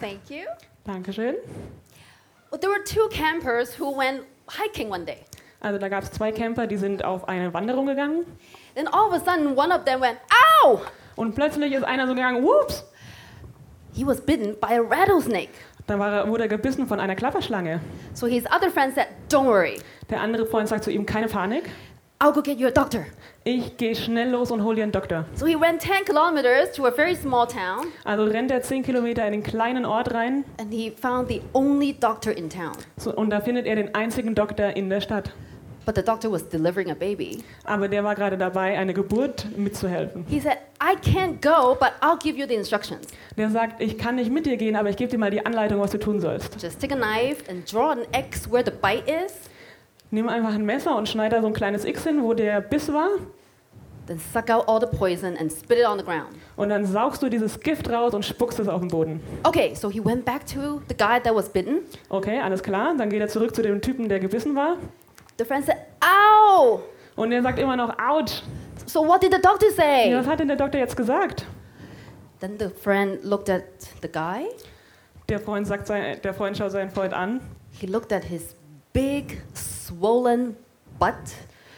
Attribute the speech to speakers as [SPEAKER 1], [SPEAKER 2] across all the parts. [SPEAKER 1] Thank you.
[SPEAKER 2] Dankeschön.
[SPEAKER 1] There were two campers who went hiking one day.
[SPEAKER 2] Also da gab es zwei Camper, die sind auf eine Wanderung gegangen
[SPEAKER 1] Then all of a sudden, one of them went, Ow!
[SPEAKER 2] und plötzlich ist einer so gegangen, whoops,
[SPEAKER 1] He was bitten by a rattlesnake.
[SPEAKER 2] dann war er, wurde er gebissen von einer Klapperschlange.
[SPEAKER 1] So his other friend said, Don't worry,
[SPEAKER 2] Der andere Freund sagt zu ihm, keine Panik,
[SPEAKER 1] I'll go get you a doctor.
[SPEAKER 2] ich gehe schnell los und hole dir einen Doktor.
[SPEAKER 1] So he ran 10 kilometers to a very small town
[SPEAKER 2] Also rennt er 10 Kilometer in den kleinen Ort rein
[SPEAKER 1] and he found the only doctor in town.
[SPEAKER 2] so, und da findet er den einzigen Doktor in der Stadt.
[SPEAKER 1] But the doctor was delivering a baby.
[SPEAKER 2] Aber der war gerade dabei, eine Geburt mitzuhelfen.
[SPEAKER 1] He said, I can't go, but I'll give you the instructions.
[SPEAKER 2] Der sagt, ich kann nicht mit dir gehen, aber ich gebe dir mal die Anleitung, was du tun sollst.
[SPEAKER 1] Just take a knife and draw an X where the bite is,
[SPEAKER 2] Nimm einfach ein Messer und schneide da so ein kleines X hin, wo der Biss war.
[SPEAKER 1] then suck out all the poison and spit it on the ground.
[SPEAKER 2] Und dann saugst du dieses Gift raus und spuckst es auf den Boden.
[SPEAKER 1] Okay, so he went back to the guy that was bitten.
[SPEAKER 2] Okay, alles klar. Dann geht er zurück zu dem Typen, der gebissen war.
[SPEAKER 1] The friend said, Ow!
[SPEAKER 2] Und er sagt immer noch, ouch.
[SPEAKER 1] So what did the doctor say?
[SPEAKER 2] Ja, was hat denn der Doktor jetzt gesagt?
[SPEAKER 1] Then the friend looked at the guy.
[SPEAKER 2] Der Freund, sagt sein, der Freund schaut seinen Freund an.
[SPEAKER 1] He looked at his big, swollen butt,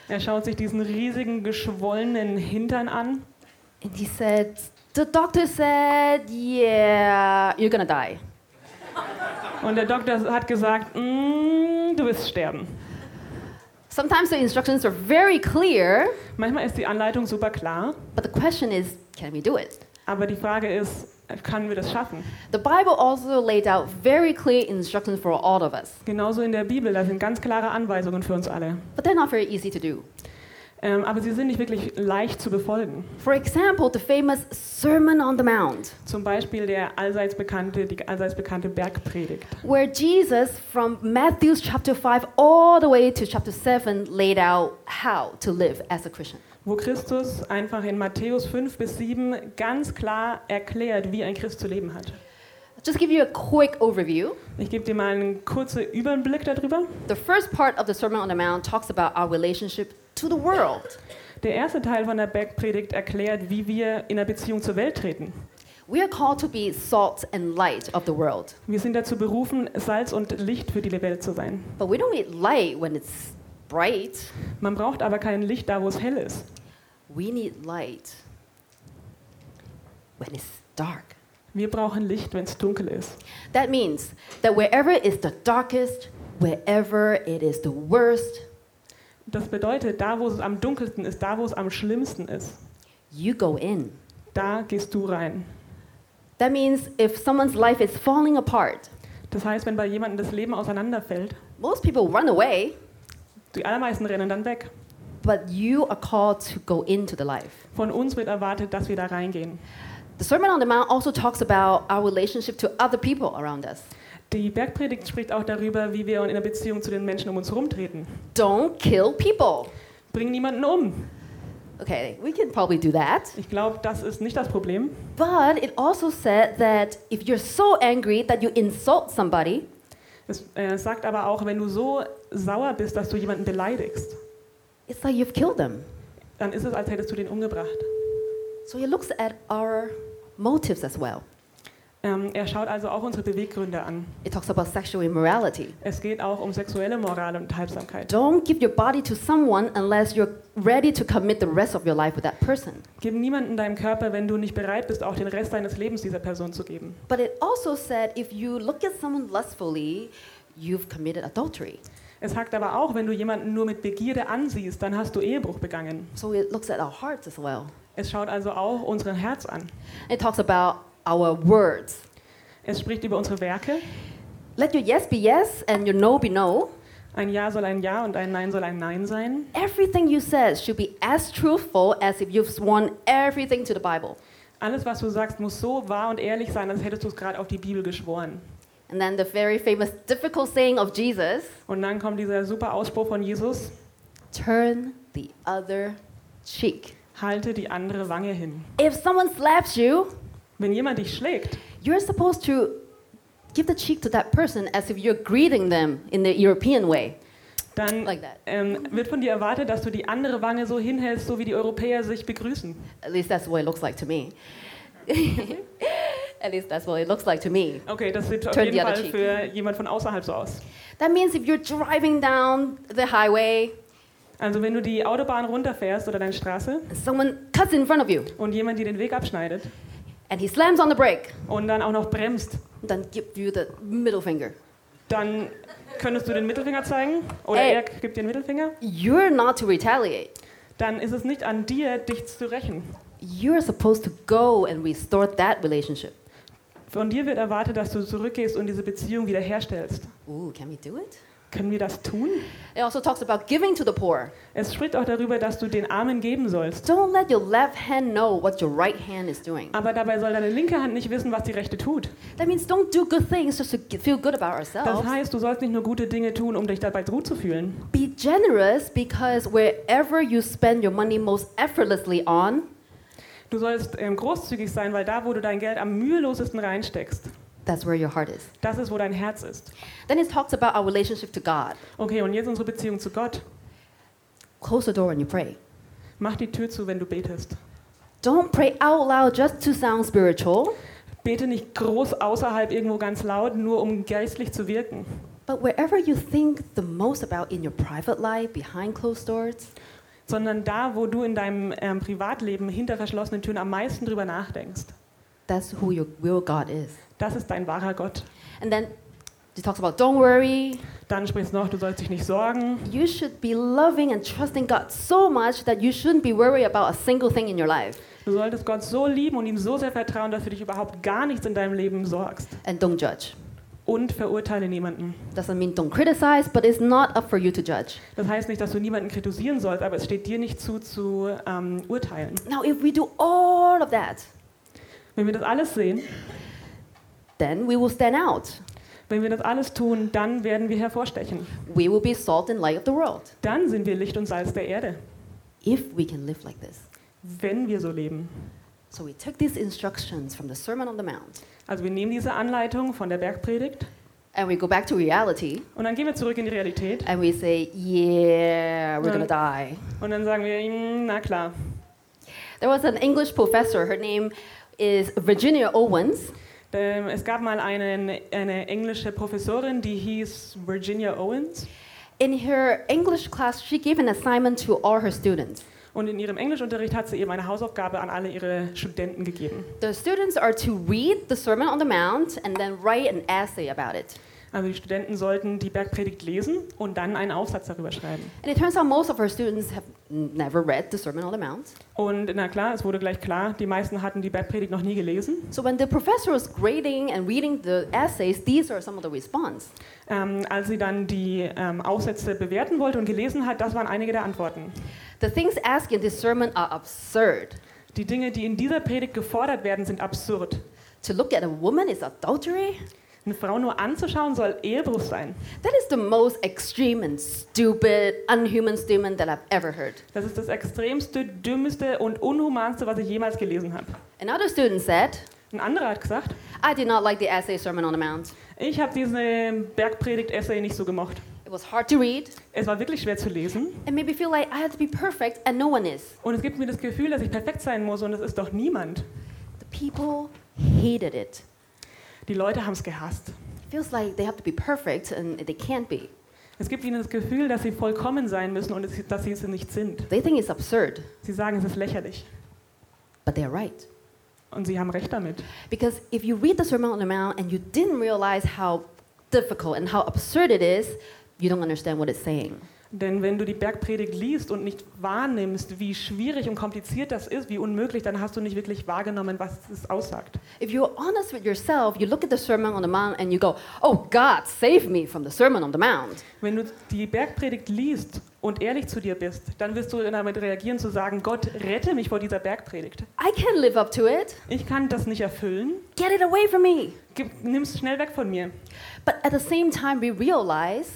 [SPEAKER 2] Er schaut sich diesen riesigen, geschwollenen Hintern an.
[SPEAKER 1] and he said, The doctor said, Yeah, you're gonna die.
[SPEAKER 2] Und der Doktor hat gesagt, mm, du wirst sterben.
[SPEAKER 1] Sometimes the instructions are very clear,
[SPEAKER 2] Manchmal ist die Anleitung super klar,
[SPEAKER 1] but the question is, can we do it?
[SPEAKER 2] aber die Frage ist, können wir das schaffen?
[SPEAKER 1] The Bible also laid out very clear instructions for all of us,
[SPEAKER 2] Genauso in der Bibel, da sind ganz klare Anweisungen für uns alle.
[SPEAKER 1] but they're not very easy to do.
[SPEAKER 2] Ähm, aber sie sind nicht wirklich leicht zu befolgen.
[SPEAKER 1] For example, the famous Sermon on the Mount,
[SPEAKER 2] Zum Beispiel der allseits bekannte, die allseits bekannte Bergpredigt,
[SPEAKER 1] where Jesus, from Matthew's chapter 5 all the way to chapter 7, laid out how to live as a Christian.
[SPEAKER 2] wo Christus einfach in Matthäus 5 bis 7 ganz klar erklärt, wie ein Christ zu leben hat.
[SPEAKER 1] Just give you a quick overview.
[SPEAKER 2] Ich gebe dir mal einen kurzen Überblick darüber.
[SPEAKER 1] The first part of the Sermon on the Mount talks about our relationship to the world.
[SPEAKER 2] Der erste Teil von der Bergpredigt erklärt, wie wir in der Beziehung zur Welt treten.
[SPEAKER 1] We are called to be salt and light of the world,
[SPEAKER 2] Wir sind dazu berufen, Salz und Licht für die Welt zu sein.
[SPEAKER 1] but we don't need light when it's bright.
[SPEAKER 2] Man braucht aber kein Licht da, wo es hell ist.
[SPEAKER 1] We need light when it's dark.
[SPEAKER 2] Wir brauchen Licht, wenn es dunkel ist.
[SPEAKER 1] That means that wherever it's the darkest, wherever it is the worst,
[SPEAKER 2] Das bedeutet, da, wo es am dunkelsten ist, da, wo es am schlimmsten ist,
[SPEAKER 1] you go in.
[SPEAKER 2] da gehst du rein.
[SPEAKER 1] That means if someone's life is falling apart,
[SPEAKER 2] Das heißt, wenn bei jemandem das Leben auseinanderfällt,
[SPEAKER 1] most people run away,
[SPEAKER 2] die allermeisten rennen dann weg.
[SPEAKER 1] but you are called to go into the life.
[SPEAKER 2] Von uns wird erwartet, dass wir da reingehen.
[SPEAKER 1] The Sermon on the Mount also talks about our relationship to other people around us.
[SPEAKER 2] Die Bergpredigt spricht auch darüber, wie wir in der Beziehung zu den Menschen um uns herum treten.
[SPEAKER 1] Don't kill people.
[SPEAKER 2] Bring niemanden um.
[SPEAKER 1] Okay, we can probably do that.
[SPEAKER 2] Ich glaube, das ist nicht das Problem.
[SPEAKER 1] But it also said that if you're so angry that you insult somebody,
[SPEAKER 2] Es äh, sagt aber auch, wenn du so sauer bist, dass du jemanden beleidigst,
[SPEAKER 1] it's like you've killed them.
[SPEAKER 2] dann ist es, als hättest du den umgebracht.
[SPEAKER 1] So he looks at our motives as well.
[SPEAKER 2] Ähm, er schaut also auch unsere Beweggründe an.
[SPEAKER 1] It talks about sexual immorality.
[SPEAKER 2] Es geht auch um sexuelle Moral und Halbsamkeit.
[SPEAKER 1] Don't give your body to someone unless you're ready to commit the rest of your life with that person.
[SPEAKER 2] Gib niemanden deinem Körper, wenn du nicht bereit bist, auch den Rest deines Lebens dieser Person zu geben.
[SPEAKER 1] But it also said if you look at someone lustfully, you've committed adultery.
[SPEAKER 2] Es sagt aber auch, wenn du jemanden nur mit Begierde ansiehst, dann hast du Ehebruch begangen.
[SPEAKER 1] So it looks at our hearts as well.
[SPEAKER 2] Es schaut also auch unseren Herz an.
[SPEAKER 1] It talks about our words.
[SPEAKER 2] Es spricht über unsere Werke.
[SPEAKER 1] Let your yes be yes and your no be no.
[SPEAKER 2] Ein Ja soll ein Ja und ein Nein soll ein Nein sein.
[SPEAKER 1] Everything you said should be as truthful as if you've sworn everything to the Bible.
[SPEAKER 2] Alles, was du sagst, muss so wahr und ehrlich sein, als hättest du es gerade auf die Bibel geschworen.
[SPEAKER 1] And then the very famous difficult saying of Jesus
[SPEAKER 2] Und dann kommt dieser super Ausspruch von Jesus,
[SPEAKER 1] turn the other cheek.
[SPEAKER 2] halte die andere Wange hin.
[SPEAKER 1] If someone slaps you,
[SPEAKER 2] Wenn jemand dich schlägt,
[SPEAKER 1] you're supposed to give the cheek to that person as if you're greeting them in the European way.
[SPEAKER 2] dann
[SPEAKER 1] Like that.
[SPEAKER 2] ähm, wird von dir erwartet, dass du die andere Wange so hinhältst, so wie die Europäer sich begrüßen.
[SPEAKER 1] At least that's what it looks like to me. At least that's what it looks like to me.
[SPEAKER 2] Okay, das sieht auf
[SPEAKER 1] Turn
[SPEAKER 2] jeden
[SPEAKER 1] the other
[SPEAKER 2] Fall
[SPEAKER 1] cheek.
[SPEAKER 2] für jemand von außerhalb so aus.
[SPEAKER 1] That means if you're driving down the highway
[SPEAKER 2] Also wenn du die Autobahn runterfährst oder deine Straße
[SPEAKER 1] and someone cuts in front of you
[SPEAKER 2] und jemand dir den Weg abschneidet
[SPEAKER 1] and he slams on the brake,
[SPEAKER 2] und dann auch noch bremst,
[SPEAKER 1] then give you the middle finger.
[SPEAKER 2] dann könntest du den Mittelfinger zeigen oder
[SPEAKER 1] Ey.
[SPEAKER 2] er gibt dir den Mittelfinger.
[SPEAKER 1] You're not to retaliate.
[SPEAKER 2] Dann ist es nicht an dir, dich zu rächen.
[SPEAKER 1] You're supposed to go and restore that relationship.
[SPEAKER 2] Von dir wird erwartet, dass du zurückgehst und diese Beziehung wiederherstellst.
[SPEAKER 1] Ooh, can we do it?
[SPEAKER 2] Können wir das tun?
[SPEAKER 1] It also talks about giving to the poor.
[SPEAKER 2] Es spricht auch darüber, dass du den Armen geben sollst.
[SPEAKER 1] Don't let your left hand know what your right hand is doing.
[SPEAKER 2] Aber dabei soll deine linke Hand nicht wissen, was die rechte tut.
[SPEAKER 1] That means don't do good things just to g- feel good about
[SPEAKER 2] Das
[SPEAKER 1] ourselves.
[SPEAKER 2] heißt, du sollst nicht nur gute Dinge tun, um dich dabei gut zu fühlen.
[SPEAKER 1] Be generous because wherever you spend your money most effortlessly on,
[SPEAKER 2] Du sollst ähm, großzügig sein, weil da, wo du dein Geld am mühelosesten reinsteckst,
[SPEAKER 1] that's where your heart is.
[SPEAKER 2] das ist, wo dein Herz ist.
[SPEAKER 1] Then it talks about our relationship to God.
[SPEAKER 2] Okay, und jetzt unsere Beziehung zu Gott.
[SPEAKER 1] Close the door when you pray.
[SPEAKER 2] Mach die Tür zu, wenn du betest.
[SPEAKER 1] Don't pray out loud just to sound spiritual,
[SPEAKER 2] Bete nicht groß außerhalb irgendwo ganz laut, nur um geistlich zu wirken.
[SPEAKER 1] but wherever you think the most about in your private life, behind closed doors,
[SPEAKER 2] sondern da, wo du in deinem ähm, Privatleben hinter verschlossenen Türen am meisten drüber nachdenkst.
[SPEAKER 1] that's who your real God is.
[SPEAKER 2] Das ist dein wahrer Gott.
[SPEAKER 1] And then it talks about don't worry.
[SPEAKER 2] Dann sprichst du noch, du sollst dich nicht sorgen.
[SPEAKER 1] You should be loving and trusting God so much that you shouldn't be worried about a single thing in your life.
[SPEAKER 2] Du solltest Gott so lieben und ihm so sehr vertrauen, dass du dich überhaupt gar nichts in deinem Leben sorgst.
[SPEAKER 1] And don't judge.
[SPEAKER 2] Und verurteile niemanden.
[SPEAKER 1] Doesn't mean don't criticize, but it's not up for you to judge.
[SPEAKER 2] Das heißt nicht, dass du niemanden kritisieren sollst, aber es steht dir nicht zu, zu ähm, urteilen.
[SPEAKER 1] Now, if we do all of that,
[SPEAKER 2] Wenn wir das alles sehen,
[SPEAKER 1] then we will stand out.
[SPEAKER 2] wenn wir das alles tun, dann werden wir hervorstechen.
[SPEAKER 1] We will be salt and light of the world
[SPEAKER 2] Dann sind wir Licht und Salz der Erde,
[SPEAKER 1] if we can live like this.
[SPEAKER 2] wenn wir so leben.
[SPEAKER 1] So we took these instructions from the Sermon on the Mount
[SPEAKER 2] Also wir nehmen diese Anleitung von der Bergpredigt
[SPEAKER 1] and we go back to reality
[SPEAKER 2] und dann gehen wir zurück in die Realität
[SPEAKER 1] and we say, yeah, we're gonna
[SPEAKER 2] Mm.
[SPEAKER 1] die.
[SPEAKER 2] Und dann sagen wir ihm, na klar.
[SPEAKER 1] There was an English professor, her name is Virginia Owens.
[SPEAKER 2] Ähm, Es gab mal einen, eine englische Professorin, die hieß Virginia Owens.
[SPEAKER 1] In her English class, she gave an assignment to all her students.
[SPEAKER 2] Und in ihrem Englischunterricht hat sie eben eine Hausaufgabe an alle ihre Studenten gegeben.
[SPEAKER 1] The students are to read the Sermon on the Mount and then write an essay about it.
[SPEAKER 2] Also die Studenten sollten die Bergpredigt lesen und dann einen Aufsatz darüber schreiben.
[SPEAKER 1] And it turns out most of her students have n- never read the Sermon on the Mount.
[SPEAKER 2] Und na klar, es wurde gleich klar, die meisten hatten die Bergpredigt noch nie gelesen.
[SPEAKER 1] So when the professor was grading and reading the essays, these are some of the response.
[SPEAKER 2] Ähm, als sie dann die ähm, Aufsätze bewerten wollte und gelesen hat, das waren einige der Antworten.
[SPEAKER 1] The things asked in this sermon are absurd.
[SPEAKER 2] Die Dinge, die in dieser Predigt gefordert werden, sind absurd.
[SPEAKER 1] To look at a woman is adultery?
[SPEAKER 2] Eine Frau nur anzuschauen soll Ehebruch sein.
[SPEAKER 1] That is the most extreme and stupid, unhuman statement that I've ever heard.
[SPEAKER 2] Das ist das extremste, dümmste und unhumanste, was ich jemals gelesen habe.
[SPEAKER 1] Another student said,
[SPEAKER 2] Ein anderer hat gesagt,
[SPEAKER 1] I did not like the essay Sermon on the Mount.
[SPEAKER 2] ich habe diesen Bergpredigt-Essay nicht so gemocht.
[SPEAKER 1] It was hard to read.
[SPEAKER 2] Es war wirklich schwer zu lesen
[SPEAKER 1] It made me feel like I had to be perfect and no one is.
[SPEAKER 2] und es gibt mir das Gefühl, dass ich perfekt sein muss und es ist doch niemand.
[SPEAKER 1] The people hated it.
[SPEAKER 2] Die Leute haben es gehasst.
[SPEAKER 1] It feels like they have to be perfect and they can't be.
[SPEAKER 2] Es gibt ihnen das Gefühl, dass sie vollkommen sein müssen und es, dass sie es nicht sind.
[SPEAKER 1] They think it's absurd,
[SPEAKER 2] Sie sagen, es ist lächerlich
[SPEAKER 1] but they're right.
[SPEAKER 2] und sie haben recht damit.
[SPEAKER 1] Because if you read the Sermon on the Mount and you didn't realize how difficult and how absurd it is, you don't understand what it's saying.
[SPEAKER 2] Denn wenn du die Bergpredigt liest und nicht wahrnimmst, wie schwierig und kompliziert das ist, wie unmöglich, dann hast du nicht wirklich wahrgenommen, was es aussagt.
[SPEAKER 1] If you're honest with yourself, you look at the Sermon on the Mount and you go, Oh God, save me from the Sermon on the Mount.
[SPEAKER 2] Wenn du die Bergpredigt liest und ehrlich zu dir bist, dann wirst du damit reagieren zu sagen, Gott, rette mich vor dieser Bergpredigt.
[SPEAKER 1] I can't live up to it.
[SPEAKER 2] Ich kann das nicht erfüllen.
[SPEAKER 1] Get it away from me.
[SPEAKER 2] Gib- Nimm's schnell weg von mir.
[SPEAKER 1] But at the same time, we realize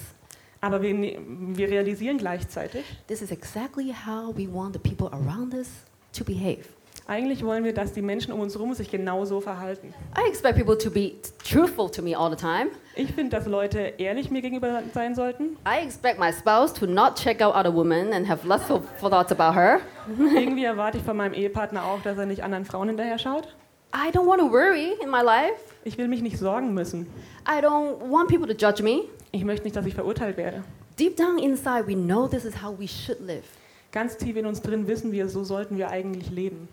[SPEAKER 2] Aber wir, ne- wir realisieren gleichzeitig,
[SPEAKER 1] this is exactly how we want the people around us to behave.
[SPEAKER 2] Eigentlich wollen wir, dass die Menschen um uns herum sich genauso verhalten.
[SPEAKER 1] I expect people to be truthful to me all the time.
[SPEAKER 2] Ich finde, dass Leute ehrlich mir gegenüber sein sollten.
[SPEAKER 1] I expect my spouse to not check out other women and have lustful thoughts about her.
[SPEAKER 2] Irgendwie erwarte ich von meinem Ehepartner auch, dass er nicht anderen Frauen hinterher schaut.
[SPEAKER 1] I don't want to worry in my life.
[SPEAKER 2] Ich will mich nicht sorgen müssen.
[SPEAKER 1] I don't want people to judge me.
[SPEAKER 2] Ich möchte nicht, dass ich verurteilt werde.
[SPEAKER 1] Deep down inside, we know this is how we should live.
[SPEAKER 2] Ganz tief in uns drin wissen wir, so sollten wir eigentlich leben.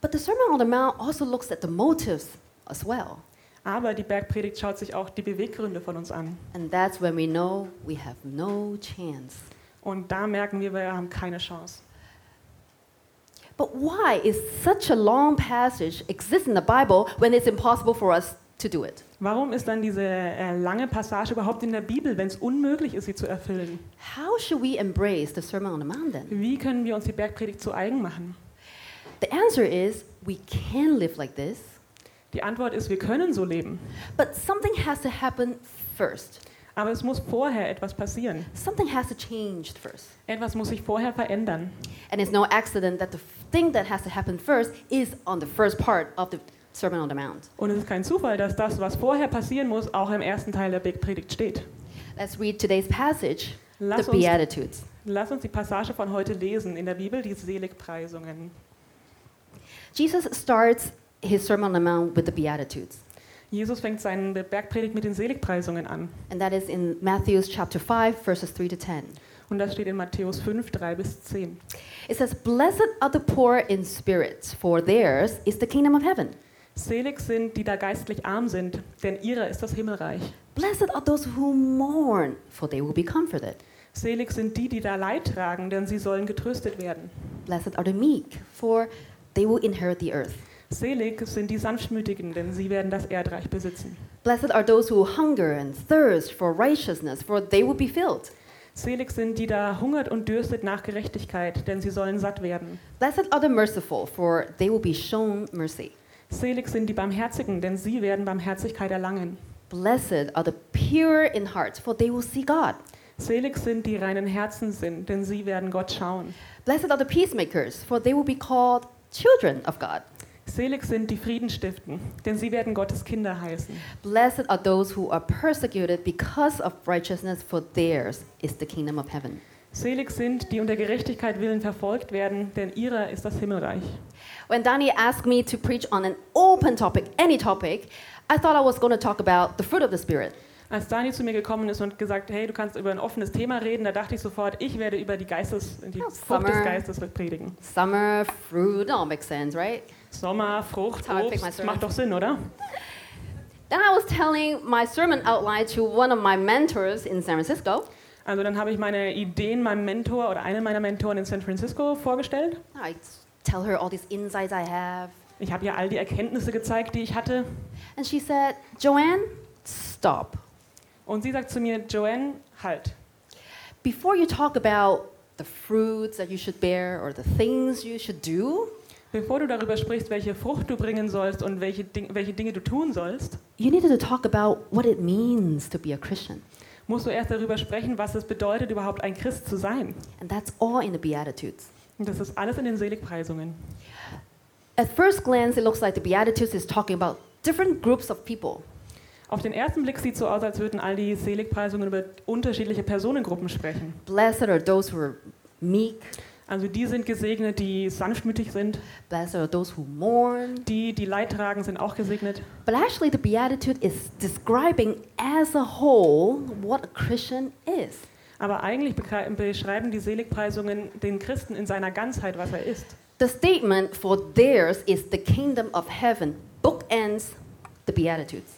[SPEAKER 1] But the Sermon on the Mount also looks at the motives as well.
[SPEAKER 2] Aber die Bergpredigt schaut sich auch die Beweggründe von uns an.
[SPEAKER 1] And that's when we know we have no chance.
[SPEAKER 2] Und da merken wir, wir haben keine Chance.
[SPEAKER 1] But why is such a long passage exist in the Bible when it's impossible for us to do it?
[SPEAKER 2] Warum ist dann diese äh, lange Passage überhaupt in der Bibel, wenn es unmöglich ist, sie zu erfüllen?
[SPEAKER 1] How should we embrace the Sermon on the Mount then?
[SPEAKER 2] Wie können wir uns die Bergpredigt zu eigen machen?
[SPEAKER 1] The answer is we can live like this,
[SPEAKER 2] Die Antwort ist, wir können so leben.
[SPEAKER 1] but something has to happen first.
[SPEAKER 2] Aber es muss vorher etwas passieren.
[SPEAKER 1] Something has to change first.
[SPEAKER 2] Etwas muss sich vorher verändern.
[SPEAKER 1] And it's no accident that the thing that has to happen first is on the first part of the Sermon on the Mount.
[SPEAKER 2] Und es ist kein Zufall, dass das, was vorher passieren muss, auch im ersten Teil der Bergpredigt steht.
[SPEAKER 1] Let's read today's passage,
[SPEAKER 2] Lass
[SPEAKER 1] the
[SPEAKER 2] uns,
[SPEAKER 1] Beatitudes.
[SPEAKER 2] lass uns die Passage von heute lesen in der Bibel, die Seligpreisungen.
[SPEAKER 1] Jesus starts his Sermon on the Mount with the Beatitudes,
[SPEAKER 2] Jesus fängt seine Bergpredigt mit den Seligpreisungen an.
[SPEAKER 1] and that is in Matthew chapter 5, verses 3 to 10.
[SPEAKER 2] Und das steht in Matthäus 5, 3 bis 10.
[SPEAKER 1] It says, Blessed are the poor in spirit, for theirs is the kingdom of heaven.
[SPEAKER 2] Selig sind, die da geistlich arm sind, denn ihrer ist das Himmelreich.
[SPEAKER 1] Blessed are those who mourn, for they will be comforted.
[SPEAKER 2] Selig sind die, die da Leid tragen, denn sie sollen getröstet werden.
[SPEAKER 1] Blessed are the meek, for they will inherit the earth.
[SPEAKER 2] Selig sind die Sanftmütigen, denn sie werden das Erdreich besitzen.
[SPEAKER 1] Blessed are those who hunger and thirst for righteousness, for they will be filled.
[SPEAKER 2] Selig sind die da hungert und dürstet nach Gerechtigkeit, denn sie sollen satt werden.
[SPEAKER 1] Blessed are the merciful, for they will be shown mercy.
[SPEAKER 2] Selig sind die Barmherzigen, denn sie werden Barmherzigkeit erlangen.
[SPEAKER 1] Blessed are the pure in heart, for they will see God.
[SPEAKER 2] Selig sind die reinen Herzen sind, denn sie werden Gott schauen.
[SPEAKER 1] Blessed are the peacemakers, for they will be called children of God.
[SPEAKER 2] Selig sind die Frieden stiften, denn sie werden Gottes Kinder heißen.
[SPEAKER 1] Blessed are those who are persecuted because of righteousness, for theirs is the kingdom of heaven.
[SPEAKER 2] Selig sind die unter Gerechtigkeit willen verfolgt werden, denn ihrer ist das Himmelreich.
[SPEAKER 1] When Danny asked me to preach on an open topic, any topic, I thought I was going to talk about the fruit of the Spirit.
[SPEAKER 2] Als Dani zu mir gekommen ist und gesagt, hey, du kannst über ein offenes Thema reden, da dachte ich sofort, ich werde über die, Geistes, die
[SPEAKER 1] Ja,
[SPEAKER 2] Frucht des
[SPEAKER 1] Sommer.
[SPEAKER 2] Geistes predigen.
[SPEAKER 1] Summer, fruit, it all makes sense, right?
[SPEAKER 2] Sommer, Frucht,
[SPEAKER 1] Topic, my
[SPEAKER 2] Obst,
[SPEAKER 1] sermon.
[SPEAKER 2] macht doch Sinn, oder?
[SPEAKER 1] Then I was telling my sermon outline to one of my mentors in San Francisco.
[SPEAKER 2] Also dann habe ich meine Ideen meinem Mentor oder einem meiner Mentoren in San Francisco vorgestellt.
[SPEAKER 1] I tell her all these insights I have.
[SPEAKER 2] Ich habe ihr all die Erkenntnisse gezeigt, die ich hatte.
[SPEAKER 1] And she said, Joanne, stop.
[SPEAKER 2] Und sie sagt zu mir, Joanne, halt.
[SPEAKER 1] Before you talk about the fruits that you should bear or the things you should do,
[SPEAKER 2] Bevor du darüber sprichst, welche Frucht du bringen sollst und welche, Ding welche Dinge du tun sollst,
[SPEAKER 1] you needed to talk about what it means to be a Christian.
[SPEAKER 2] musst du erst darüber sprechen, was es bedeutet, überhaupt ein Christ zu sein.
[SPEAKER 1] And that's all in the Beatitudes.
[SPEAKER 2] Und das ist alles in den Seligpreisungen.
[SPEAKER 1] At first glance, it looks like the Beatitudes is talking about different groups of people.
[SPEAKER 2] Auf den ersten Blick sieht so aus, als würden all die Seligpreisungen über unterschiedliche Personengruppen sprechen.
[SPEAKER 1] Blessed are those who are meek,
[SPEAKER 2] Also die sind gesegnet, die sanftmütig sind,
[SPEAKER 1] blessed are those who mourn.
[SPEAKER 2] die, die Leid tragen, sind auch gesegnet.
[SPEAKER 1] But actually, the Beatitude is describing as a whole what a Christian is.
[SPEAKER 2] Aber eigentlich begre- beschreiben die Seligpreisungen den Christen in seiner Ganzheit, was er ist.
[SPEAKER 1] The statement for theirs is the kingdom of heaven bookends the Beatitudes.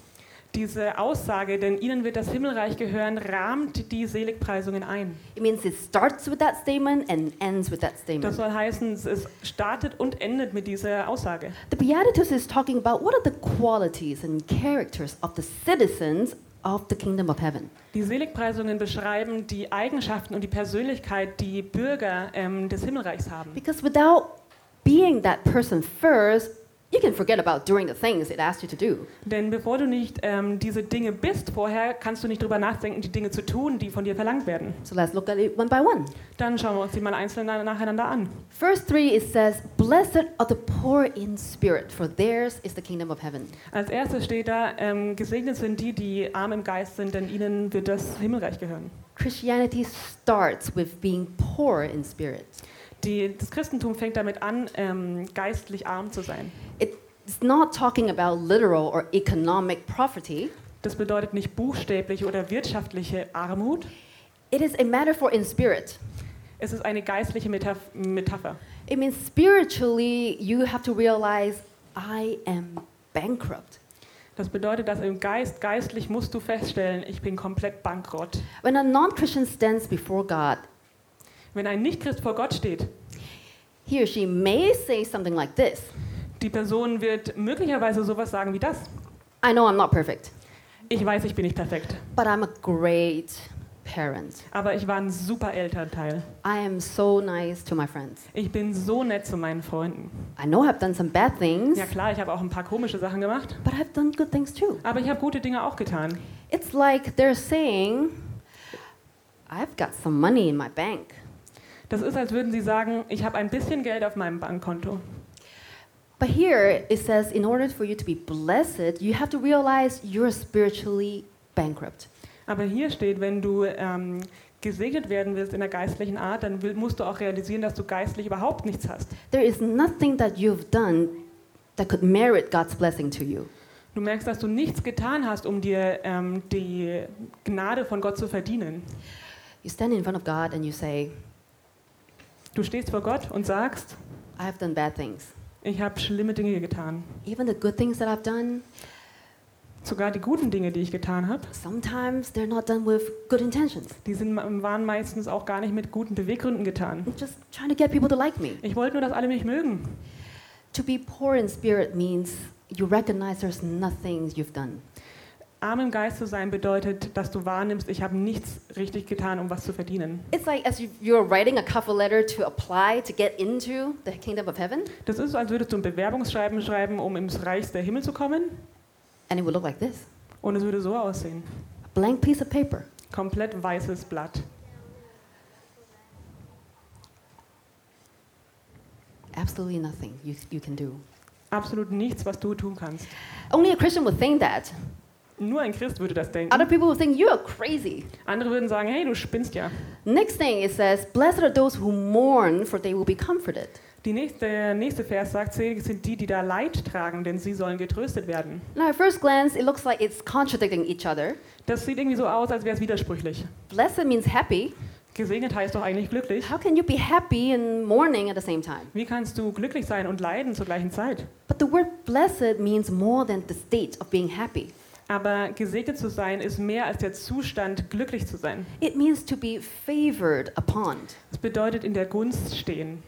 [SPEAKER 2] Diese Aussage, denn ihnen wird das Himmelreich gehören, rahmt die Seligpreisungen ein.
[SPEAKER 1] It means it starts with that statement and ends with that
[SPEAKER 2] Das
[SPEAKER 1] statement.
[SPEAKER 2] soll heißen, es startet und endet mit dieser Aussage.
[SPEAKER 1] The Beatitudes is talking about what are the qualities and characters of the citizens of the kingdom of heaven.
[SPEAKER 2] Die Seligpreisungen beschreiben die Eigenschaften und die Persönlichkeit, die Bürger ähm, des Himmelreichs haben.
[SPEAKER 1] Because without being that person first, you can forget about doing the things it asks you to do.
[SPEAKER 2] Denn bevor du nicht ähm, diese Dinge bist vorher, kannst du nicht drüber nachdenken, die Dinge zu tun, die von dir verlangt werden.
[SPEAKER 1] So let's look at it one by one.
[SPEAKER 2] Dann schauen wir uns die mal einzeln na- nacheinander an.
[SPEAKER 1] Verse 3 it says, Blessed are the poor in spirit, for theirs is the kingdom of heaven.
[SPEAKER 2] Als erstes steht da, ähm, gesegnet sind die, die arm im Geist sind, denn ihnen wird das Himmelreich gehören.
[SPEAKER 1] Christianity starts with being poor in spirit.
[SPEAKER 2] Die, das Christentum fängt damit an, ähm, geistlich arm zu sein.
[SPEAKER 1] It's not talking about literal or economic poverty.
[SPEAKER 2] Das bedeutet nicht buchstäbliche oder wirtschaftliche Armut,
[SPEAKER 1] It is a metaphor in spirit.
[SPEAKER 2] es ist eine geistliche Metaph Metapher.
[SPEAKER 1] It means spiritually, you have to realize I am bankrupt.
[SPEAKER 2] Das bedeutet, dass im Geist, geistlich musst du feststellen, ich bin komplett bankrott.
[SPEAKER 1] When a non Christian stands before God,
[SPEAKER 2] Wenn ein Nichtchrist vor Gott steht,
[SPEAKER 1] he or she may say something like this
[SPEAKER 2] die Person wird möglicherweise sowas sagen wie das.
[SPEAKER 1] I know I'm not perfect,
[SPEAKER 2] Ich weiß, ich bin nicht perfekt,
[SPEAKER 1] but I'm a great parent.
[SPEAKER 2] aber ich war ein super Elternteil.
[SPEAKER 1] I am so nice to my friends.
[SPEAKER 2] Ich bin so nett zu meinen Freunden.
[SPEAKER 1] I know I've done some bad things,
[SPEAKER 2] Ja klar, ich habe auch ein paar komische Sachen gemacht,
[SPEAKER 1] but I've done good things too.
[SPEAKER 2] aber ich habe gute Dinge auch getan.
[SPEAKER 1] It's like they're saying, I've got some money in my bank.
[SPEAKER 2] Das ist, als würden sie sagen, ich habe ein bisschen Geld auf meinem Bankkonto.
[SPEAKER 1] But here it says, in order for you to be blessed, you have to realize you're spiritually bankrupt.
[SPEAKER 2] Aber hier steht, wenn du ähm, gesegnet werden willst in der geistlichen Art, dann will, musst du auch realisieren, dass du geistlich überhaupt nichts hast.
[SPEAKER 1] There is nothing that you've done that could merit God's blessing to you.
[SPEAKER 2] Du merkst, dass du nichts getan hast, um dir ähm, die Gnade von Gott zu verdienen.
[SPEAKER 1] You stand in front of God and you say,
[SPEAKER 2] Du stehst vor Gott und sagst,
[SPEAKER 1] I have done bad things.
[SPEAKER 2] ich habe schlimme Dinge getan.
[SPEAKER 1] Even the good things that I've done,
[SPEAKER 2] Sogar die guten Dinge, die ich getan habe,
[SPEAKER 1] sometimes they're not done with good intentions.
[SPEAKER 2] die sind, waren meistens auch gar nicht mit guten Beweggründen getan.
[SPEAKER 1] I'm just trying to get people to like me.
[SPEAKER 2] Ich wollte nur, dass alle mich mögen.
[SPEAKER 1] To be poor in spirit means you recognize there's nothing you've done.
[SPEAKER 2] Arm im Geist zu sein bedeutet, dass du wahrnimmst, ich habe nichts richtig getan, um was zu verdienen.
[SPEAKER 1] It's like as you- you're writing a cover letter to apply to get into the kingdom of heaven,
[SPEAKER 2] Das ist, als würdest du ein Bewerbungsschreiben schreiben, um ins Reich der Himmel zu kommen.
[SPEAKER 1] and it would look like this
[SPEAKER 2] Und es würde so aussehen.
[SPEAKER 1] a blank piece of paper.
[SPEAKER 2] Komplett weißes Blatt.
[SPEAKER 1] Absolutely nothing you, you can do.
[SPEAKER 2] Absolut nichts, was du tun kannst.
[SPEAKER 1] Only a Christian would think that.
[SPEAKER 2] Nur ein Christ würde das denken.
[SPEAKER 1] Other people would think you are crazy.
[SPEAKER 2] Andere würden sagen, hey, du spinnst ja.
[SPEAKER 1] Next thing it says, Blessed are those who mourn, for they will be comforted.
[SPEAKER 2] Die nächste, der nächste Vers sagt, selig sind die, die da Leid tragen, denn sie sollen getröstet werden.
[SPEAKER 1] Now, at first glance, it looks like it's contradicting each other.
[SPEAKER 2] Das sieht irgendwie so aus, als wäre es widersprüchlich.
[SPEAKER 1] Blessed means happy.
[SPEAKER 2] Gesegnet heißt doch eigentlich glücklich.
[SPEAKER 1] How can you be happy and mourning at the same time?
[SPEAKER 2] Wie kannst du glücklich sein und leiden zur gleichen Zeit?
[SPEAKER 1] But the word blessed means more than the state of being happy.
[SPEAKER 2] Aber gesegnet zu sein ist mehr als der Zustand, glücklich zu sein.
[SPEAKER 1] It means to be favored upon.
[SPEAKER 2] Es bedeutet in der Gunst stehen.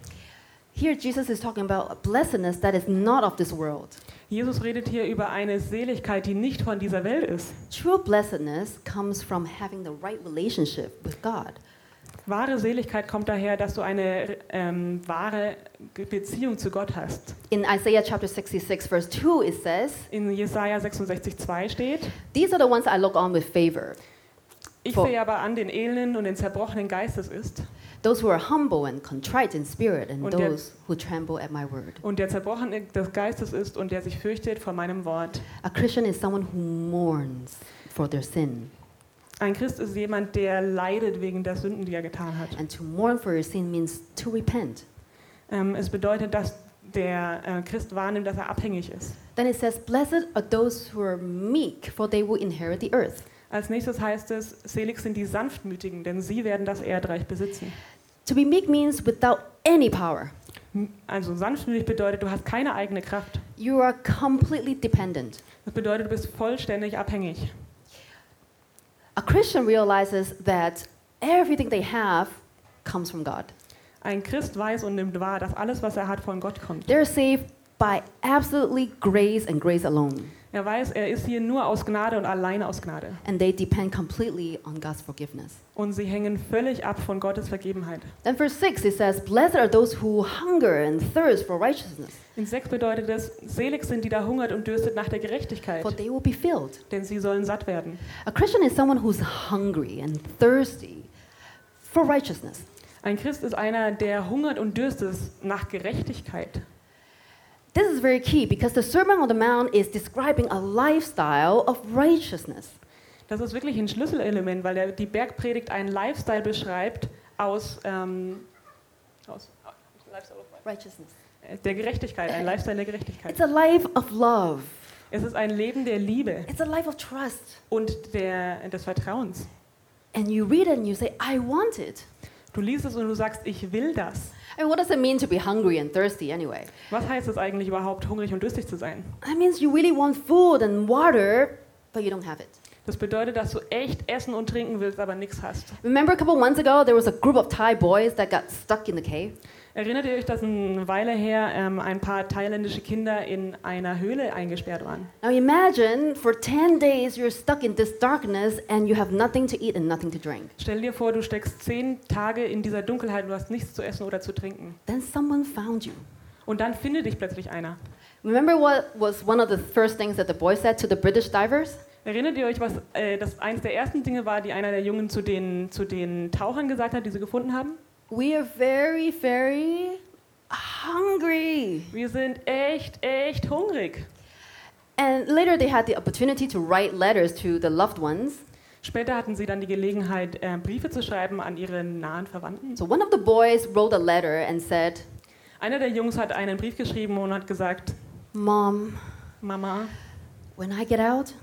[SPEAKER 1] Here, Jesus is talking about a blessedness that is not of this world.
[SPEAKER 2] Jesus redet hier über eine Seligkeit, die nicht von dieser Welt ist.
[SPEAKER 1] True blessedness comes from having the right relationship with God.
[SPEAKER 2] Wahre Seligkeit kommt daher, dass du eine ähm, wahre Beziehung zu Gott hast.
[SPEAKER 1] In Isaiah chapter 66, verse 2, it says,
[SPEAKER 2] In Jesaja 66,2 steht:
[SPEAKER 1] These are the ones I look on with favor,
[SPEAKER 2] Ich
[SPEAKER 1] Vor-
[SPEAKER 2] sehe aber an den Elenden und den zerbrochenen Geistes ist
[SPEAKER 1] those who are humble and contrite in spirit, and
[SPEAKER 2] Und der-
[SPEAKER 1] those who tremble at my word.
[SPEAKER 2] und der zerbrochene des Geistes ist und der sich fürchtet vor meinem Wort.
[SPEAKER 1] A Christian is someone who mourns for their sin.
[SPEAKER 2] Ein Christ ist jemand, der leidet wegen der Sünden, die er getan hat.
[SPEAKER 1] And to mourn for your sin means to repent.
[SPEAKER 2] Ähm, es bedeutet, dass der äh, Christ wahrnimmt, dass er abhängig ist.
[SPEAKER 1] Then it says, Blessed are those who are meek, for they will inherit the earth.
[SPEAKER 2] Als nächstes heißt es, selig sind die Sanftmütigen, denn sie werden das Erdreich besitzen.
[SPEAKER 1] To be meek means without any power.
[SPEAKER 2] M- Also sanftmütig bedeutet, du hast keine eigene Kraft.
[SPEAKER 1] You are completely dependent.
[SPEAKER 2] Das bedeutet, du bist vollständig abhängig.
[SPEAKER 1] A Christian realizes that everything they have comes from God.
[SPEAKER 2] Ein Christ weiß und nimmt wahr, dass alles, was er hat, von Gott kommt.
[SPEAKER 1] They're saved by absolutely grace and grace alone.
[SPEAKER 2] Er weiß, er ist hier nur aus Gnade und alleine aus Gnade.
[SPEAKER 1] And they depend completely on God's forgiveness.
[SPEAKER 2] Und sie hängen völlig ab von Gottes Vergebenheit.
[SPEAKER 1] Then verse 6 it says, Blessed are those who hunger and thirst for righteousness,
[SPEAKER 2] In 6 bedeutet es, selig sind die da hungert und dürstet nach der Gerechtigkeit,
[SPEAKER 1] for they will be filled.
[SPEAKER 2] denn sie sollen satt werden.
[SPEAKER 1] A Christian is someone who's hungry and thirsty for righteousness.
[SPEAKER 2] Ein Christ ist einer, der hungert und dürstet nach Gerechtigkeit.
[SPEAKER 1] This is very key because the Sermon on the Mount is describing a lifestyle of righteousness.
[SPEAKER 2] Das ist wirklich ein Schlüsselelement, weil der, die Bergpredigt einen Lifestyle beschreibt aus, ähm, aus
[SPEAKER 1] Righteousness.
[SPEAKER 2] äh, der Gerechtigkeit, ein Lifestyle der Gerechtigkeit.
[SPEAKER 1] It's a life of love.
[SPEAKER 2] Es ist ein Leben der Liebe
[SPEAKER 1] It's a life of trust.
[SPEAKER 2] und der, des Vertrauens.
[SPEAKER 1] And you read it and you say, I want it.
[SPEAKER 2] Du liest es und du sagst, ich will das.
[SPEAKER 1] And what does it mean to be hungry and thirsty anyway?
[SPEAKER 2] Was heißt es eigentlich überhaupt, hungrig und durstig zu sein?
[SPEAKER 1] That means you really want food and water, but you don't have it.
[SPEAKER 2] Das bedeutet, dass du echt essen und trinken willst, aber nichts hast.
[SPEAKER 1] Remember a couple months ago, there was a group of Thai boys that got stuck in the cave?
[SPEAKER 2] Erinnert ihr euch, dass eine Weile her ähm, ein paar thailändische Kinder in einer Höhle eingesperrt waren?
[SPEAKER 1] Now imagine for 10 days you're stuck in this darkness and you have nothing to eat and nothing to drink.
[SPEAKER 2] Stell dir vor, du steckst zehn Tage in dieser Dunkelheit und du hast nichts zu essen oder zu trinken.
[SPEAKER 1] Then someone found you.
[SPEAKER 2] Und dann findet dich plötzlich einer.
[SPEAKER 1] Remember what was one of the first things that the boy said to the British divers?
[SPEAKER 2] Erinnert ihr euch, was äh, das eines der ersten Dinge war, die einer der Jungen zu den, zu den Tauchern gesagt hat, die sie gefunden haben?
[SPEAKER 1] We are very, very hungry.
[SPEAKER 2] Wir sind echt, echt hungrig.
[SPEAKER 1] And later they had the opportunity to write letters to the loved ones.
[SPEAKER 2] Später hatten sie dann die Gelegenheit, äh, Briefe zu schreiben an ihre nahen Verwandten.
[SPEAKER 1] So one of the boys wrote a letter and said,
[SPEAKER 2] Einer der Jungs hat einen Brief geschrieben und hat gesagt,
[SPEAKER 1] Mom,
[SPEAKER 2] Mama,
[SPEAKER 1] when I get out,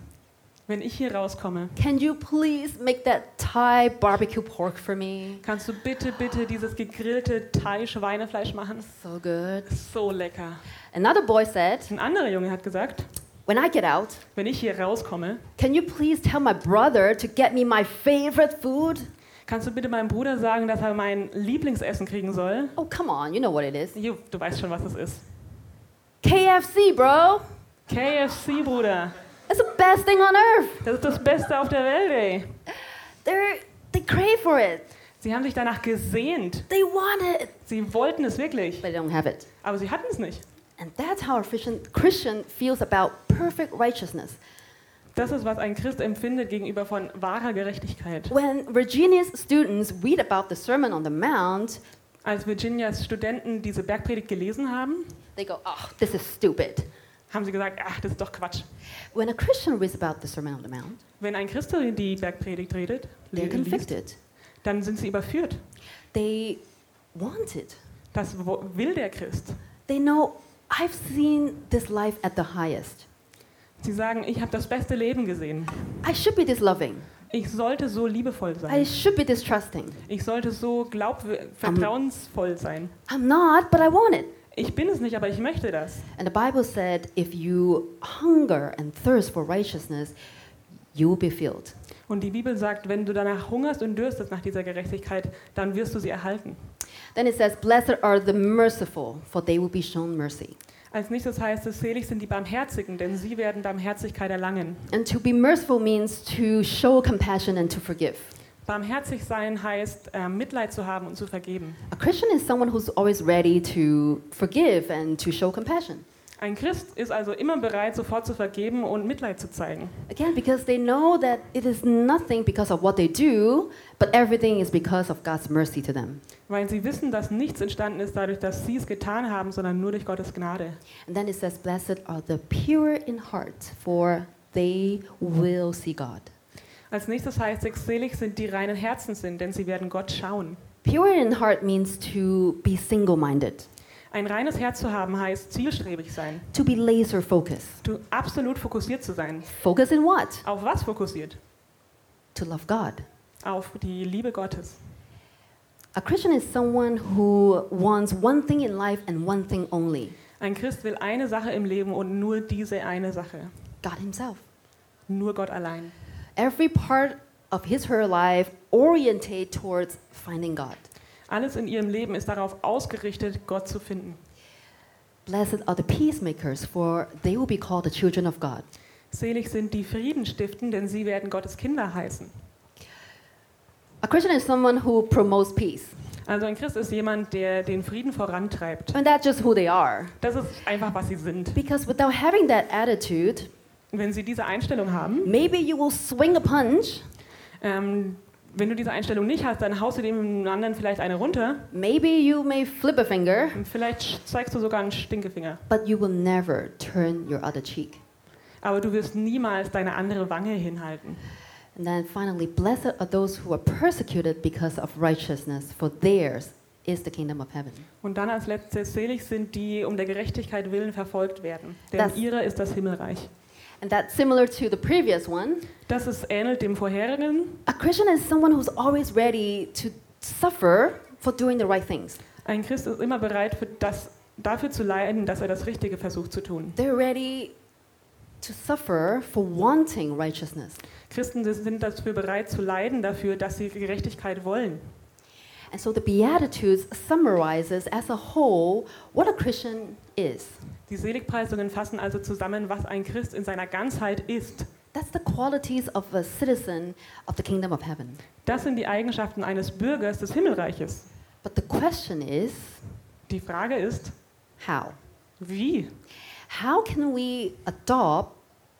[SPEAKER 2] wenn ich hier rauskomme,
[SPEAKER 1] can you please make that Thai barbecue pork for me?
[SPEAKER 2] kannst du bitte, bitte dieses gegrillte Thai-Schweinefleisch machen?
[SPEAKER 1] So good.
[SPEAKER 2] So lecker.
[SPEAKER 1] Another boy said,
[SPEAKER 2] Ein anderer Junge hat gesagt,
[SPEAKER 1] When I get out,
[SPEAKER 2] wenn ich hier rauskomme,
[SPEAKER 1] can you please tell my brother to get me my favorite food?
[SPEAKER 2] kannst du bitte meinem Bruder sagen, dass er mein Lieblingsessen kriegen soll?
[SPEAKER 1] Oh, come on, you know what it is.
[SPEAKER 2] Ju, Du weißt schon, was es ist.
[SPEAKER 1] KFC, bro.
[SPEAKER 2] KFC, Bruder.
[SPEAKER 1] It's the best thing on earth.
[SPEAKER 2] Das ist das Beste auf der Welt, ey.
[SPEAKER 1] They're, they crave for it.
[SPEAKER 2] Sie haben sich danach gesehnt.
[SPEAKER 1] They want it,
[SPEAKER 2] Sie wollten es wirklich,
[SPEAKER 1] but they don't have it.
[SPEAKER 2] aber sie hatten es nicht.
[SPEAKER 1] And that's how a Christian, Christian feels about perfect righteousness.
[SPEAKER 2] Das ist, was ein Christ empfindet gegenüber von wahrer Gerechtigkeit.
[SPEAKER 1] When Virginia's students read about the Sermon on the Mount,
[SPEAKER 2] Als Virginias Studenten diese Bergpredigt gelesen haben,
[SPEAKER 1] they go, oh, this is stupid.
[SPEAKER 2] haben sie gesagt, ach, das ist doch Quatsch.
[SPEAKER 1] When a Christian reads about the Sermon on the Mount,
[SPEAKER 2] Wenn ein Christ die Bergpredigt redet,
[SPEAKER 1] they're
[SPEAKER 2] liest,
[SPEAKER 1] convicted.
[SPEAKER 2] dann sind sie überführt.
[SPEAKER 1] They want it.
[SPEAKER 2] Das wo- will der Christ.
[SPEAKER 1] They know, I've seen this life at the highest.
[SPEAKER 2] Sie sagen, ich habe das beste Leben gesehen.
[SPEAKER 1] I should be this loving.
[SPEAKER 2] Ich sollte so liebevoll
[SPEAKER 1] I
[SPEAKER 2] sein.
[SPEAKER 1] should be this trusting.
[SPEAKER 2] Ich sollte so glaubw- vertrauensvoll sein.
[SPEAKER 1] I'm not, but I want it.
[SPEAKER 2] Ich bin es nicht, aber ich möchte das.
[SPEAKER 1] And the Bible said, if you hunger and thirst for righteousness, you will be filled.
[SPEAKER 2] Und die Bibel sagt, wenn du danach hungerst und dürstest nach dieser Gerechtigkeit, dann wirst du sie erhalten.
[SPEAKER 1] Then it says, Blessed are the merciful, for they will be shown mercy.
[SPEAKER 2] Als nächstes heißt es, selig sind die Barmherzigen, denn sie werden Barmherzigkeit erlangen.
[SPEAKER 1] And to be merciful means to show compassion and to forgive.
[SPEAKER 2] Barmherzig sein heißt, äh, Mitleid zu haben und zu vergeben.
[SPEAKER 1] A Christian is someone who's always ready to forgive and to show compassion.
[SPEAKER 2] Ein Christ ist also immer bereit, sofort zu vergeben und Mitleid zu zeigen.
[SPEAKER 1] Again, because they know that it is nothing because of what they do, but everything is because of God's mercy to them.
[SPEAKER 2] Weil sie wissen, dass nichts entstanden ist dadurch, dass sie es getan haben, sondern nur durch Gottes Gnade.
[SPEAKER 1] And then it says, Blessed are the pure in heart, for they will see God.
[SPEAKER 2] Als nächstes heißt es, selig sind die reinen Herzen sind, denn sie werden Gott schauen.
[SPEAKER 1] Pure in heart means to be single minded,
[SPEAKER 2] Ein reines Herz zu haben heißt zielstrebig sein,
[SPEAKER 1] to be laser focused.
[SPEAKER 2] du absolut fokussiert zu sein.
[SPEAKER 1] Focus in what?
[SPEAKER 2] Auf was fokussiert?
[SPEAKER 1] To love God.
[SPEAKER 2] Auf die Liebe Gottes.
[SPEAKER 1] A Christian is someone who wants one thing in life and one thing only
[SPEAKER 2] Ein Christ will eine Sache im Leben und nur diese eine Sache.
[SPEAKER 1] God Himself.
[SPEAKER 2] Nur Gott allein.
[SPEAKER 1] Every part of his her life orientate towards finding God.
[SPEAKER 2] Alles in ihrem Leben ist darauf ausgerichtet, Gott zu finden.
[SPEAKER 1] Blessed are the peacemakers, for they will be called the children of God.
[SPEAKER 2] Selig sind die Frieden stiften, denn sie werden Gottes Kinder heißen.
[SPEAKER 1] A Christian is someone who promotes peace.
[SPEAKER 2] Also ein Christ ist jemand, der den Frieden vorantreibt.
[SPEAKER 1] And that's just who they are.
[SPEAKER 2] Das ist einfach, was sie sind.
[SPEAKER 1] Because without having that attitude,
[SPEAKER 2] Wenn sie diese Einstellung haben,
[SPEAKER 1] maybe you will swing a punch,
[SPEAKER 2] ähm, wenn du diese Einstellung nicht hast, dann haust du dem anderen vielleicht eine runter.
[SPEAKER 1] maybe you may flip a finger,
[SPEAKER 2] Und vielleicht sch- zeigst du sogar einen Stinkefinger.
[SPEAKER 1] but you will never turn your other cheek.
[SPEAKER 2] Aber du wirst niemals deine andere Wange hinhalten.
[SPEAKER 1] And then finally, blessed are those who are persecuted because of righteousness, for theirs is the kingdom of heaven.
[SPEAKER 2] Und dann als letztes, selig sind die, um der Gerechtigkeit willen verfolgt werden. Denn
[SPEAKER 1] Das-
[SPEAKER 2] ihre ist das Himmelreich.
[SPEAKER 1] And that's similar to the previous one.
[SPEAKER 2] Das ist ähnelt dem vorherigen.
[SPEAKER 1] A Christian is someone who's always ready to suffer for doing the right things.
[SPEAKER 2] Ein Christ ist immer bereit, für das, dafür zu leiden, dass er das Richtige versucht zu tun.
[SPEAKER 1] They're ready to suffer for wanting righteousness.
[SPEAKER 2] Christen sind dafür bereit zu leiden, dafür, dass sie Gerechtigkeit wollen.
[SPEAKER 1] And so the Beatitudes summarizes as a whole what a Christian is.
[SPEAKER 2] Die Seligpreisungen fassen also zusammen, was ein Christ in seiner Ganzheit ist.
[SPEAKER 1] That's the qualities of a citizen of the kingdom of heaven.
[SPEAKER 2] Das sind die Eigenschaften eines Bürgers des Himmelreiches.
[SPEAKER 1] But the question is
[SPEAKER 2] Die Frage ist,
[SPEAKER 1] how?
[SPEAKER 2] wie?
[SPEAKER 1] How can we adopt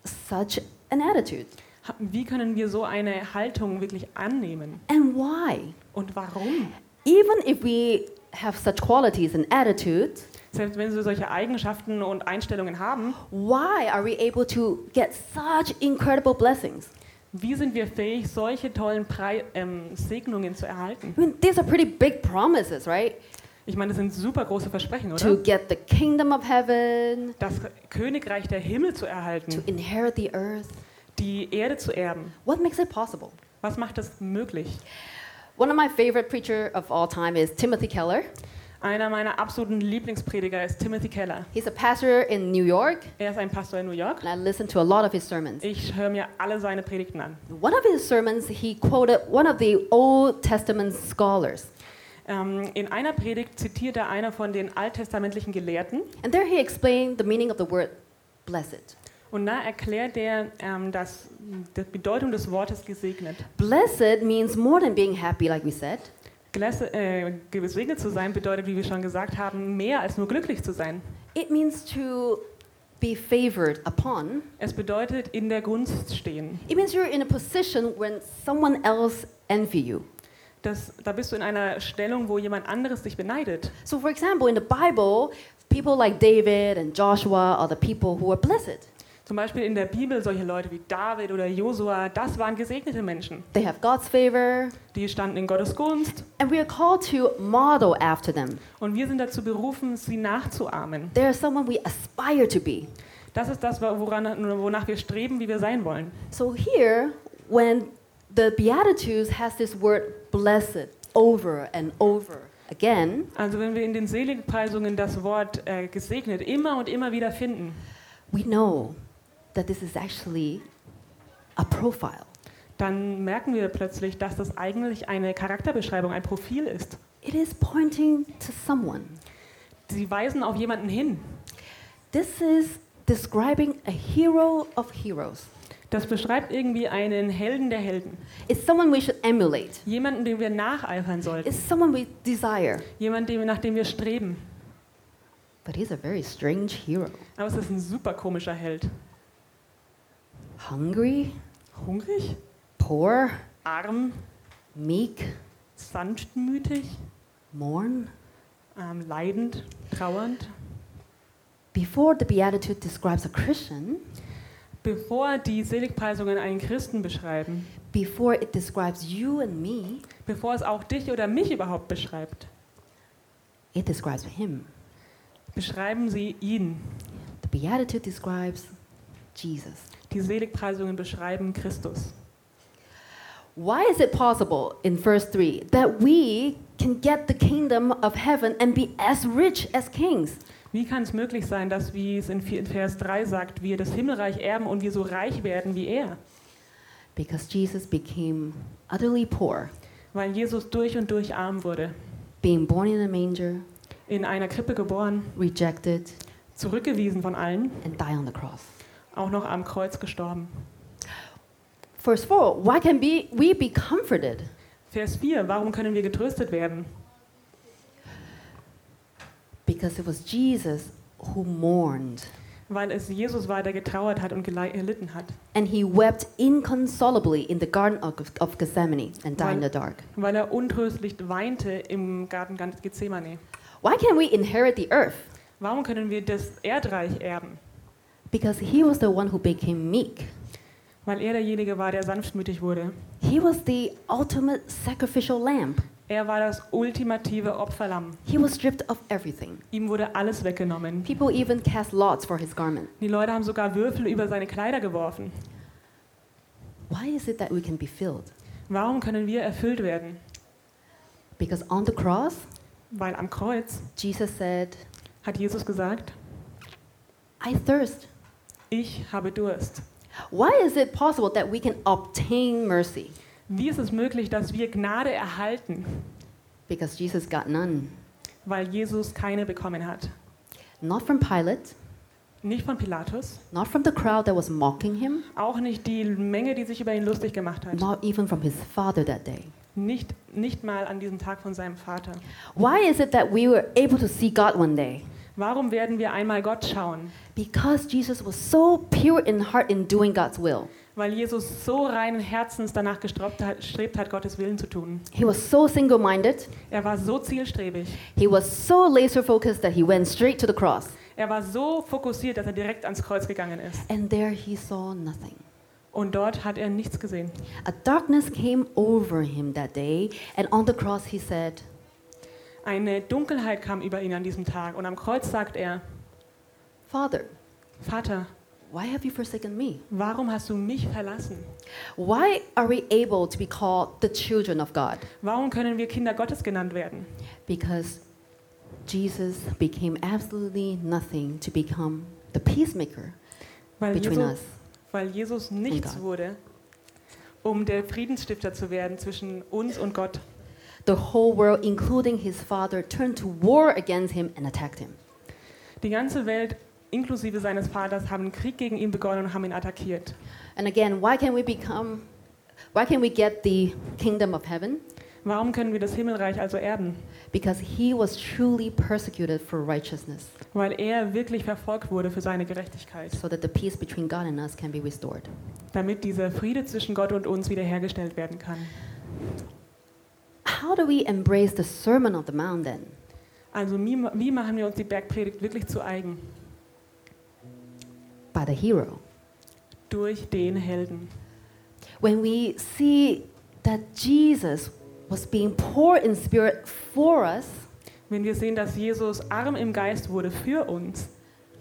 [SPEAKER 1] such an attitude?
[SPEAKER 2] Ha- Wie können wir so eine Haltung wirklich annehmen?
[SPEAKER 1] And why?
[SPEAKER 2] Und warum?
[SPEAKER 1] Even if we have such qualities and attitudes,
[SPEAKER 2] Selbst wenn wir solche Eigenschaften und Einstellungen haben,
[SPEAKER 1] why are we able to get such incredible blessings?
[SPEAKER 2] wie sind wir fähig, solche tollen Prei ähm, Segnungen zu erhalten?
[SPEAKER 1] I mean, these are pretty big promises, right?
[SPEAKER 2] Ich meine, das sind super große Versprechen,
[SPEAKER 1] To
[SPEAKER 2] oder?
[SPEAKER 1] get the kingdom of heaven,
[SPEAKER 2] Das Königreich der Himmel zu
[SPEAKER 1] to
[SPEAKER 2] erhalten,
[SPEAKER 1] inherit the earth.
[SPEAKER 2] die Erde zu erben.
[SPEAKER 1] What makes it possible?
[SPEAKER 2] Was macht das möglich?
[SPEAKER 1] One of my favorite preacher of all time is Timothy Keller.
[SPEAKER 2] Einer meiner absoluten Lieblingsprediger ist Timothy Keller.
[SPEAKER 1] He's a pastor in New York,
[SPEAKER 2] Er ist ein Pastor in New York.
[SPEAKER 1] and I listen to a lot of his sermons.
[SPEAKER 2] Ich höre mir alle seine Predigten an.
[SPEAKER 1] One of his sermons, he quoted one of the Old Testament scholars.
[SPEAKER 2] Ähm, in einer Predigt zitiert er einer von den alttestamentlichen Gelehrten
[SPEAKER 1] And there he explained the meaning of the word blessed.
[SPEAKER 2] und da erklärt er ähm, das, die Bedeutung des Wortes gesegnet.
[SPEAKER 1] Blessed means more than being happy, like we said.
[SPEAKER 2] Glässe, äh, gesegnet zu sein bedeutet, wie wir schon gesagt haben, mehr als nur glücklich zu sein.
[SPEAKER 1] It means to be favored upon.
[SPEAKER 2] Es bedeutet in der Gunst stehen.
[SPEAKER 1] It means you're in a position when someone else envy you.
[SPEAKER 2] Das, da bist du in einer Stellung, wo jemand anderes dich beneidet.
[SPEAKER 1] So, for example, in the Bible, people like David and Joshua are the people who are blessed.
[SPEAKER 2] Zum Beispiel in der Bibel solche Leute wie David oder Josua, das waren gesegnete Menschen.
[SPEAKER 1] They have God's favor,
[SPEAKER 2] Die standen in Gottes Gunst
[SPEAKER 1] and we are called to model after them.
[SPEAKER 2] und wir sind dazu berufen, sie nachzuahmen.
[SPEAKER 1] They are someone we aspire to be.
[SPEAKER 2] Das ist das, woran, wonach wir streben, wie wir sein wollen.
[SPEAKER 1] So, here, when the Beatitudes has this word blessed over and over again,
[SPEAKER 2] Also wenn wir in den Seligpreisungen das Wort äh, gesegnet immer und immer wieder finden,
[SPEAKER 1] we know that this is actually a profile.
[SPEAKER 2] dann merken wir plötzlich, dass das eigentlich eine Charakterbeschreibung, ein Profil ist.
[SPEAKER 1] It is pointing to someone.
[SPEAKER 2] Sie weisen auf jemanden hin.
[SPEAKER 1] This is describing a hero of heroes.
[SPEAKER 2] Das beschreibt irgendwie einen Helden der Helden.
[SPEAKER 1] It's someone we should emulate.
[SPEAKER 2] Jemanden, dem wir nacheifern sollten.
[SPEAKER 1] It's someone we desire.
[SPEAKER 2] Jemanden, dem, nach dem wir streben.
[SPEAKER 1] But he's a very strange hero.
[SPEAKER 2] Aber es ist ein super komischer Held.
[SPEAKER 1] Hungry,
[SPEAKER 2] Hungrig,
[SPEAKER 1] poor,
[SPEAKER 2] arm,
[SPEAKER 1] meek,
[SPEAKER 2] sanftmütig,
[SPEAKER 1] mourn.
[SPEAKER 2] ähm, leidend, trauernd.
[SPEAKER 1] Before the Beatitude describes a Christian,
[SPEAKER 2] Bevor die Seligpreisungen einen Christen beschreiben,
[SPEAKER 1] before it describes you and me,
[SPEAKER 2] bevor es auch dich oder mich überhaupt beschreibt,
[SPEAKER 1] it describes him.
[SPEAKER 2] beschreiben sie ihn.
[SPEAKER 1] The Beatitude describes Jesus.
[SPEAKER 2] Die Seligpreisungen beschreiben Christus.
[SPEAKER 1] Why is it possible in verse 3 that we can get the kingdom of heaven and be as rich as kings?
[SPEAKER 2] Wie kann es möglich sein, dass, wie es in Vier- Vers 3 sagt, wir das Himmelreich erben und wir so reich werden wie er?
[SPEAKER 1] Because Jesus became utterly poor,
[SPEAKER 2] Weil Jesus durch und durch arm wurde,
[SPEAKER 1] being born in a manger,
[SPEAKER 2] in einer Krippe geboren,
[SPEAKER 1] rejected,
[SPEAKER 2] zurückgewiesen von allen,
[SPEAKER 1] and die on the cross.
[SPEAKER 2] auch noch am Kreuz gestorben.
[SPEAKER 1] Verse 4 Why can be, we be comforted?
[SPEAKER 2] Vers 4, warum können wir getröstet werden?
[SPEAKER 1] Because it was Jesus who mourned,
[SPEAKER 2] Weil es Jesus war, der getrauert hat und gelei- erlitten hat.
[SPEAKER 1] and he wept inconsolably in the Garden of, of Gethsemane and died in the
[SPEAKER 2] Right.
[SPEAKER 1] dark.
[SPEAKER 2] Weil er untröstlich weinte im Garten Gan- Gethsemane.
[SPEAKER 1] Why can we inherit the earth?
[SPEAKER 2] Warum können wir das Erdreich erben?
[SPEAKER 1] Because he was the one who became meek.
[SPEAKER 2] Weil er derjenige war, der sanftmütig wurde.
[SPEAKER 1] He was the ultimate sacrificial lamb.
[SPEAKER 2] Er war das ultimative Opferlamm.
[SPEAKER 1] He was stripped of everything.
[SPEAKER 2] Ihm wurde alles weggenommen.
[SPEAKER 1] People even cast lots for his garment.
[SPEAKER 2] Die Leute haben sogar Würfel über seine Kleider geworfen.
[SPEAKER 1] Why is it that we can be filled?
[SPEAKER 2] Warum können wir erfüllt werden?
[SPEAKER 1] Because on the cross,
[SPEAKER 2] Weil am Kreuz
[SPEAKER 1] Jesus said,
[SPEAKER 2] hat Jesus gesagt,
[SPEAKER 1] I thirst.
[SPEAKER 2] ich habe Durst.
[SPEAKER 1] Why is it possible that we can obtain mercy?
[SPEAKER 2] Wie ist es möglich, dass wir Gnade erhalten,
[SPEAKER 1] Because Jesus got none.
[SPEAKER 2] weil Jesus keine bekommen hat?
[SPEAKER 1] Not from Pilate,
[SPEAKER 2] Nicht von Pilatus,
[SPEAKER 1] not from the crowd that was mocking him,
[SPEAKER 2] auch nicht die Menge, die sich über ihn lustig gemacht hat.
[SPEAKER 1] not even from his father that day.
[SPEAKER 2] Nicht, nicht mal an diesem Tag von seinem Vater.
[SPEAKER 1] Why is it that we were able to see God one day?
[SPEAKER 2] Warum werden wir einmal Gott schauen?
[SPEAKER 1] Because Jesus was so pure in heart in doing God's will.
[SPEAKER 2] Weil Jesus so reinen Herzens danach gestrebt hat, strebt hat, Gottes Willen zu tun.
[SPEAKER 1] He was so single minded,
[SPEAKER 2] Er war so zielstrebig.
[SPEAKER 1] he was so laser focused that he went straight to the cross.
[SPEAKER 2] Er war so fokussiert, dass er direkt ans Kreuz gegangen ist.
[SPEAKER 1] And there he saw nothing.
[SPEAKER 2] Und dort hat er nichts gesehen.
[SPEAKER 1] A darkness came over him that day, and on the cross he said,
[SPEAKER 2] Eine Dunkelheit kam über ihn an diesem Tag. Und am Kreuz sagt er,
[SPEAKER 1] Father,
[SPEAKER 2] Vater,
[SPEAKER 1] why have you forsaken me?
[SPEAKER 2] warum hast du mich verlassen?
[SPEAKER 1] Why are we able to be called the children of God?
[SPEAKER 2] Warum können wir Kinder Gottes genannt werden?
[SPEAKER 1] Because Jesus became absolutely nothing to become the peacemaker
[SPEAKER 2] Weil
[SPEAKER 1] between us.
[SPEAKER 2] Jesus, weil Jesus nichts
[SPEAKER 1] Gott.
[SPEAKER 2] wurde, um der Friedensstifter zu werden zwischen uns und Gott.
[SPEAKER 1] The whole world, including his father, turned to war against him and attacked him.
[SPEAKER 2] Die ganze Welt, inklusive seines Vaters, haben einen Krieg gegen ihn begonnen und haben ihn attackiert.
[SPEAKER 1] And again, why can we become, why can we get the kingdom of heaven?
[SPEAKER 2] Warum können wir das Himmelreich also erben?
[SPEAKER 1] Because he was truly persecuted for righteousness,
[SPEAKER 2] Weil er wirklich verfolgt wurde für seine Gerechtigkeit,
[SPEAKER 1] so that the peace between God and us can be restored.
[SPEAKER 2] damit dieser Friede zwischen Gott und uns wiederhergestellt werden kann.
[SPEAKER 1] How do we embrace the Sermon on the Mount then?
[SPEAKER 2] Also wie, ma- wie machen wir uns die Bergpredigt wirklich zu eigen?
[SPEAKER 1] By the hero.
[SPEAKER 2] Durch den Helden.
[SPEAKER 1] When we see that Jesus was being poor in spirit for us,
[SPEAKER 2] Wenn wir sehen, dass Jesus arm im Geist wurde für uns,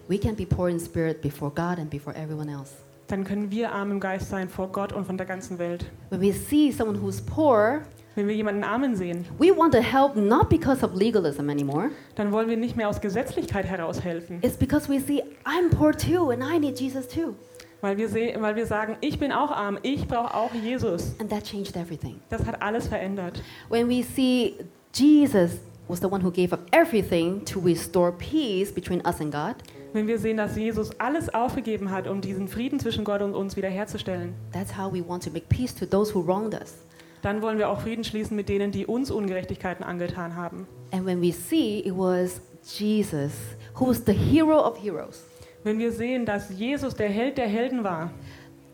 [SPEAKER 1] we can be poor in spirit before God and before everyone else.
[SPEAKER 2] dann können wir arm im Geist sein vor Gott und von der ganzen Welt.
[SPEAKER 1] When we see someone who's poor,
[SPEAKER 2] Wenn wir jemanden armen sehen,
[SPEAKER 1] we want to help not because of legalism anymore.
[SPEAKER 2] dann wollen wir nicht mehr aus Gesetzlichkeit heraushelfen,
[SPEAKER 1] It's because we see I'm poor too and I need Jesus too.
[SPEAKER 2] weil wir, seh- weil wir sagen, ich bin auch arm, ich brauche auch Jesus.
[SPEAKER 1] And that changed everything.
[SPEAKER 2] Das hat alles verändert.
[SPEAKER 1] When we see Jesus was the one who gave up everything to restore peace between us and God,
[SPEAKER 2] Wenn wir sehen, dass Jesus alles aufgegeben hat, um diesen Frieden zwischen Gott und uns wiederherzustellen,
[SPEAKER 1] that's how we want to make peace to those who wronged us.
[SPEAKER 2] dann wollen wir auch Frieden schließen mit denen, die uns Ungerechtigkeiten angetan haben.
[SPEAKER 1] And when we see it was Jesus who was the hero of heroes,
[SPEAKER 2] Wenn wir sehen, dass Jesus der Held der Helden war,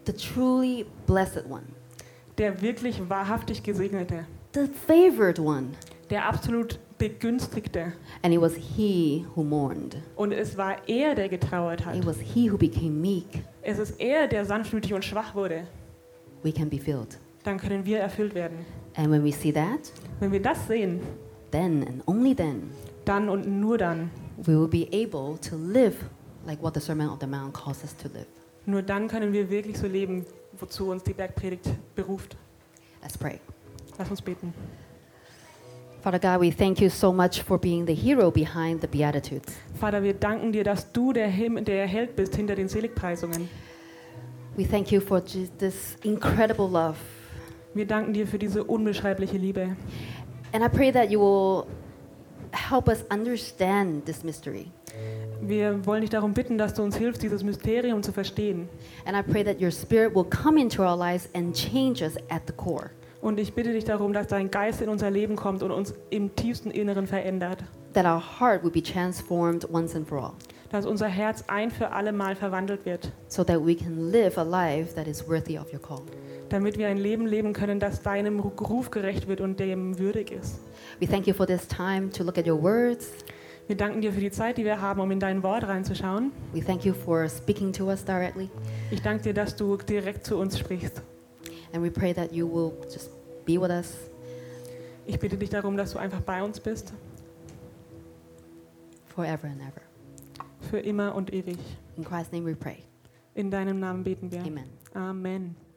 [SPEAKER 1] the truly blessed one,
[SPEAKER 2] der wirklich wahrhaftig Gesegnete,
[SPEAKER 1] the favored one,
[SPEAKER 2] der absolut Begünstigte.
[SPEAKER 1] and it was he who mourned.
[SPEAKER 2] Und es war er, der getrauert hat.
[SPEAKER 1] It was he who became meek.
[SPEAKER 2] Es ist er, der sanftmütig und schwach wurde.
[SPEAKER 1] We can be filled.
[SPEAKER 2] Dann können wir erfüllt werden.
[SPEAKER 1] And when we see that,
[SPEAKER 2] Wenn wir das sehen,
[SPEAKER 1] then and only then
[SPEAKER 2] dann und nur dann,
[SPEAKER 1] we will be able to live like what the Sermon on the Mount calls us to live.
[SPEAKER 2] nur dann können wir wirklich so leben, wozu uns die Bergpredigt beruft.
[SPEAKER 1] Let's pray.
[SPEAKER 2] Lass uns beten.
[SPEAKER 1] Father God, we thank you so much for being the hero behind the Beatitudes.
[SPEAKER 2] Vater, wir danken dir, dass du der, Him der Held bist hinter den Seligpreisungen.
[SPEAKER 1] We thank you for ju- this incredible love
[SPEAKER 2] Wir danken dir für diese unbeschreibliche Liebe.
[SPEAKER 1] And I pray that you will help us understand this mystery
[SPEAKER 2] Wir wollen dich darum bitten, dass du uns hilfst, dieses Mysterium zu verstehen.
[SPEAKER 1] And I pray that your spirit will come into our lives and change us at the core.
[SPEAKER 2] Und ich bitte dich darum, dass dein Geist in unser Leben kommt und uns im tiefsten Inneren verändert.
[SPEAKER 1] That our heart would be transformed once and for all.
[SPEAKER 2] Dass unser Herz ein für alle Mal verwandelt wird,
[SPEAKER 1] So that we can live a life that is worthy of your call.
[SPEAKER 2] damit wir ein Leben leben können, das deinem Ruf gerecht wird und dem würdig ist.
[SPEAKER 1] We thank you for this time to look at your words.
[SPEAKER 2] Wir danken dir für die Zeit, die wir haben, um in dein Wort reinzuschauen.
[SPEAKER 1] We thank you for speaking to us directly.
[SPEAKER 2] Ich danke dir, dass du direkt zu uns sprichst.
[SPEAKER 1] And we pray that you will just be with us.
[SPEAKER 2] Ich bitte dich darum, dass du einfach bei uns bist,
[SPEAKER 1] forever and ever.
[SPEAKER 2] für immer und ewig.
[SPEAKER 1] In Christ's name we pray.
[SPEAKER 2] In deinem Namen beten wir.
[SPEAKER 1] Amen.
[SPEAKER 2] Amen.